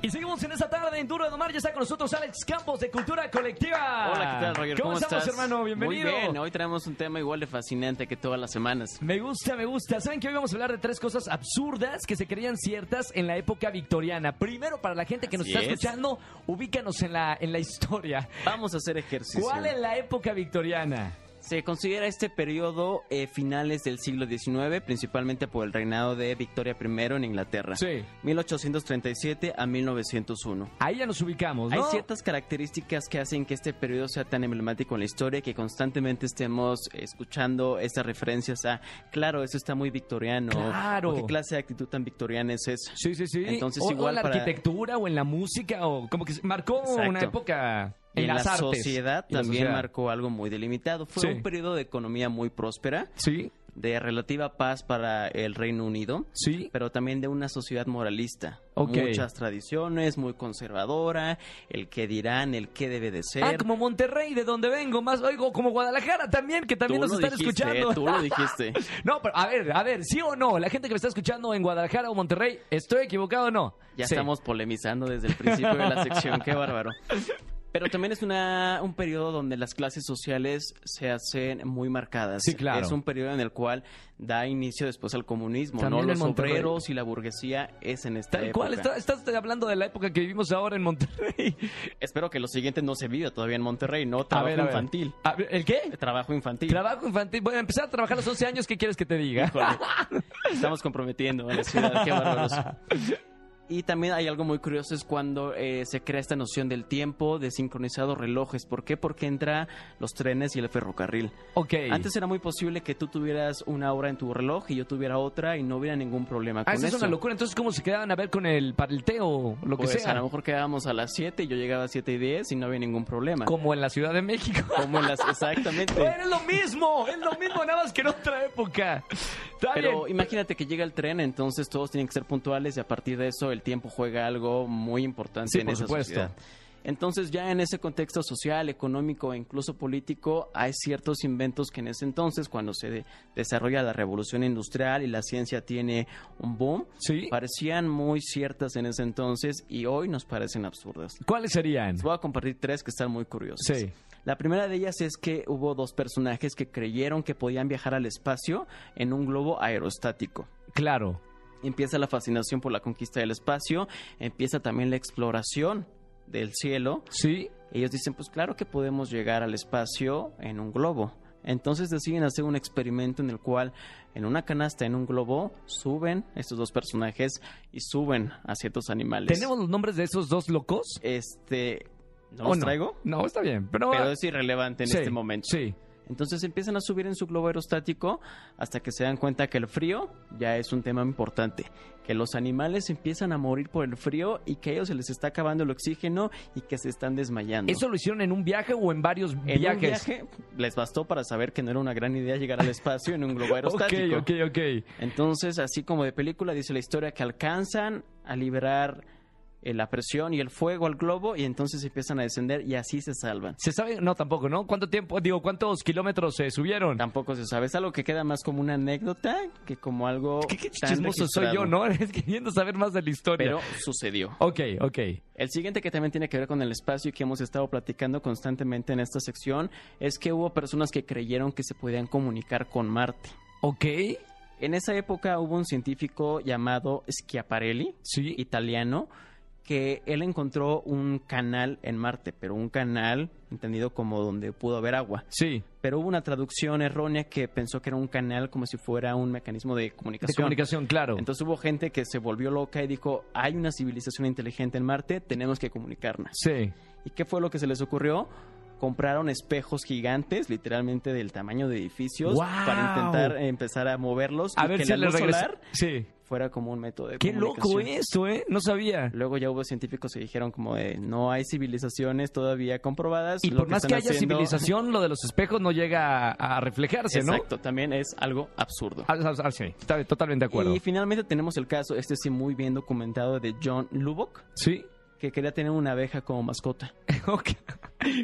Y seguimos en esta tarde en Duro de Domar. Ya está con nosotros Alex Campos de Cultura Colectiva. Hola, ¿qué tal, Roger? ¿Cómo, estamos, estás? hermano? Bienvenido. Muy bien, hoy tenemos un tema igual de fascinante que todas las semanas. Me gusta, me gusta. Saben que hoy vamos a hablar de tres cosas absurdas que se creían ciertas en la época victoriana. Primero, para la gente que nos Así está es. escuchando, ubícanos en la, en la historia. Vamos a hacer ejercicio. ¿Cuál es la época victoriana? Se considera este periodo eh, finales del siglo XIX, principalmente por el reinado de Victoria I en Inglaterra. Sí. 1837 a 1901. Ahí ya nos ubicamos, Hay ¿no? ciertas características que hacen que este periodo sea tan emblemático en la historia que constantemente estemos escuchando estas referencias a, claro, eso está muy victoriano. Claro. o ¿Qué clase de actitud tan victoriana es esa? Sí, sí, sí. Entonces, o, o igual en la para- arquitectura o en la música o como que se- marcó Exacto. una época Y en, en la las artes. sociedad Y la también sociedad. marcó algo muy delimitado. Fue Sí. un periodo de economía muy próspera, Sí, de relativa paz para el Reino Unido, sí. pero también de una sociedad moralista. Ok. Muchas tradiciones, muy conservadora, el qué dirán, el qué debe de ser. Ah, como Monterrey, de donde vengo, más oigo, como Guadalajara también, que también Tú nos lo están dijiste, escuchando. eh, Tú lo dijiste. No, pero a ver, a ver, ¿sí o no? La gente que me está escuchando en Guadalajara o Monterrey, ¿estoy equivocado o no? Ya Sí. estamos polemizando desde el principio de la sección, qué bárbaro. Pero también es una, un periodo donde las clases sociales se hacen muy marcadas. Sí, claro. Es un periodo en el cual da inicio después al comunismo, También ¿no? en Los Monterrey. obreros y la burguesía es en esta Tal época. cual, está- estás hablando de la época que vivimos ahora en Monterrey. Espero que lo siguiente no se viva todavía en Monterrey, ¿no? Trabajo ver, a ver. infantil. A ver, ¿El qué? Trabajo infantil. Trabajo infantil. Bueno, empezar a trabajar a los 11 años, ¿qué quieres que te diga? Híjole, Estamos comprometiendo a la ciudad, qué bárbaros. Y también hay algo muy curioso es cuando eh, se crea esta noción del tiempo de sincronizados relojes. ¿Por qué? Porque entra los trenes y el ferrocarril. Ok. Antes era muy posible que tú tuvieras una hora en tu reloj y yo tuviera otra y no hubiera ningún problema Ah, con esa es eso. una locura. Entonces, ¿cómo se quedaban a ver con el parloteo lo que Pues, sea? a lo mejor quedábamos a las 7 y yo llegaba a 7 y 10 y no había ningún problema. Como en la Ciudad de México. Como en las... Exactamente. Bueno, es lo mismo, es lo mismo, nada más que en otra época. Está Pero bien. imagínate que llega el tren, entonces todos tienen que ser puntuales y a partir de eso el tiempo juega algo muy importante Sí, en por esa supuesto. sociedad. Entonces ya en ese contexto social, económico e incluso político hay ciertos inventos que en ese entonces, cuando se de- desarrolla la revolución industrial y la ciencia tiene un boom, ¿Sí? parecían muy ciertas en ese entonces y hoy nos parecen absurdas. ¿Cuáles serían? Les voy a compartir tres que están muy curiosas. Sí. La primera de ellas es que hubo dos personajes que creyeron que podían viajar al espacio en un globo aerostático. Claro. Empieza la fascinación por la conquista del espacio, empieza también la exploración del cielo. ¿Sí? Ellos dicen, pues claro que podemos llegar al espacio en un globo. Entonces deciden hacer un experimento en el cual en una canasta, en un globo, suben estos dos personajes y suben a ciertos animales. ¿Tenemos los nombres de esos dos locos? Este... ¿No ¿O los traigo? No, está bien. Pero, ah, Pero es irrelevante en Sí, este momento. Sí. Entonces empiezan a subir en su globo aerostático hasta que se dan cuenta que el frío ya es un tema importante, que los animales empiezan a morir por el frío y que a ellos se les está acabando el oxígeno y que se están desmayando. ¿Eso lo hicieron en un viaje o en varios en viajes? un viaje les bastó para saber que no era una gran idea llegar al espacio en un globo Ok, aerostático. ok, ok. Entonces, así como de película, dice la historia que alcanzan a liberar eh, la presión y el fuego al globo y entonces empiezan a descender y así se salvan. ¿Se sabe? No, tampoco, ¿no? ¿Cuánto tiempo? Digo, ¿cuántos kilómetros se subieron? Tampoco se sabe. Es algo que queda más como una anécdota que como algo. ¿Qué, qué tan chismoso soy registrado. yo, ¿no? Es queriendo saber más de la historia. Pero sucedió. Ok, ok. El siguiente que también tiene que ver con el espacio y que hemos estado platicando constantemente en esta sección es que hubo personas que creyeron que se podían comunicar con Marte. Ok, En esa época hubo un científico llamado Schiaparelli, sí. italiano, que él encontró un canal en Marte, pero un canal entendido como donde pudo haber agua. Sí, pero hubo una traducción errónea que pensó que era un canal como si fuera un mecanismo de de comunicación. comunicación, claro. Entonces hubo gente que se volvió loca y dijo, hay una civilización inteligente en Marte, tenemos que comunicarnos. sí. ¿Y qué fue lo que se les ocurrió? Compraron espejos gigantes, literalmente del tamaño de edificios, ¡Guau! para intentar empezar a moverlos A y ver que si la le luz regresa. solar Sí. fuera como un método de Qué comunicación. loco esto, ¿eh? No sabía. Luego ya hubo científicos que dijeron como de, no hay civilizaciones todavía comprobadas. Y lo por más que están haya haciendo- civilización, lo de los espejos no llega a, a reflejarse, ¿no? Exacto, también es algo absurdo. Ah, ah, ah, sí, está- totalmente de acuerdo. Y finalmente tenemos el caso, este sí muy bien documentado, de John Lubbock, Sí, que quería tener una abeja como mascota. Ok.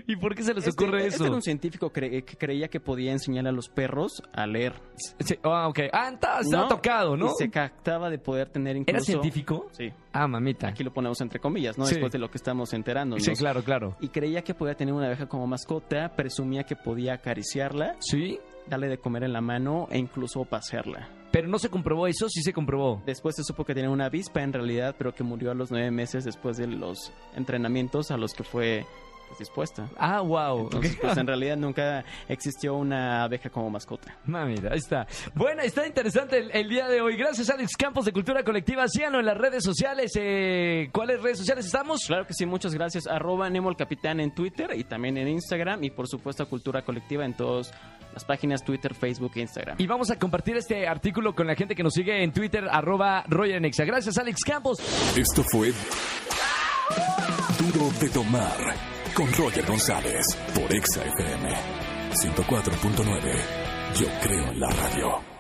¿Y por qué se les Este- ocurre este eso? era un científico cre- que creía que podía enseñar a los perros a leer. Sí, ah, ok. Ah, está, está ¿no? tocado, ¿no? Y se captaba de poder tener incluso... ¿Era científico? Sí. Ah, mamita. Aquí lo ponemos entre comillas, ¿no? Sí. Después de lo que estamos enterando. Sí, claro, claro. Y creía que podía tener una abeja como mascota, presumía que podía acariciarla, Sí, darle de comer en la mano e incluso pasearla. pero no se comprobó eso, sí se comprobó. Después se supo que tenía una avispa en realidad, pero que murió a los nueve meses después de los entrenamientos a los que fue pues, dispuesta. Ah, wow. Entonces, pues en realidad nunca existió una abeja como mascota. Mamita, ahí está. Bueno, está interesante el, el día de hoy. Gracias, Alex Campos de Cultura Colectiva. Síganos en las redes sociales. eh, ¿Cuáles redes sociales estamos? Claro que sí, muchas gracias. Arroba Nemo el Capitán en Twitter y también en Instagram y por supuesto Cultura Colectiva en todas las páginas Twitter, Facebook e Instagram. Y vamos a compartir este artículo con la gente que nos sigue en Twitter, arroba Roger Nexa. Gracias, Alex Campos. Esto fue Duro de Tomar con Roger González por Exa FM 104.9. Yo creo en la radio.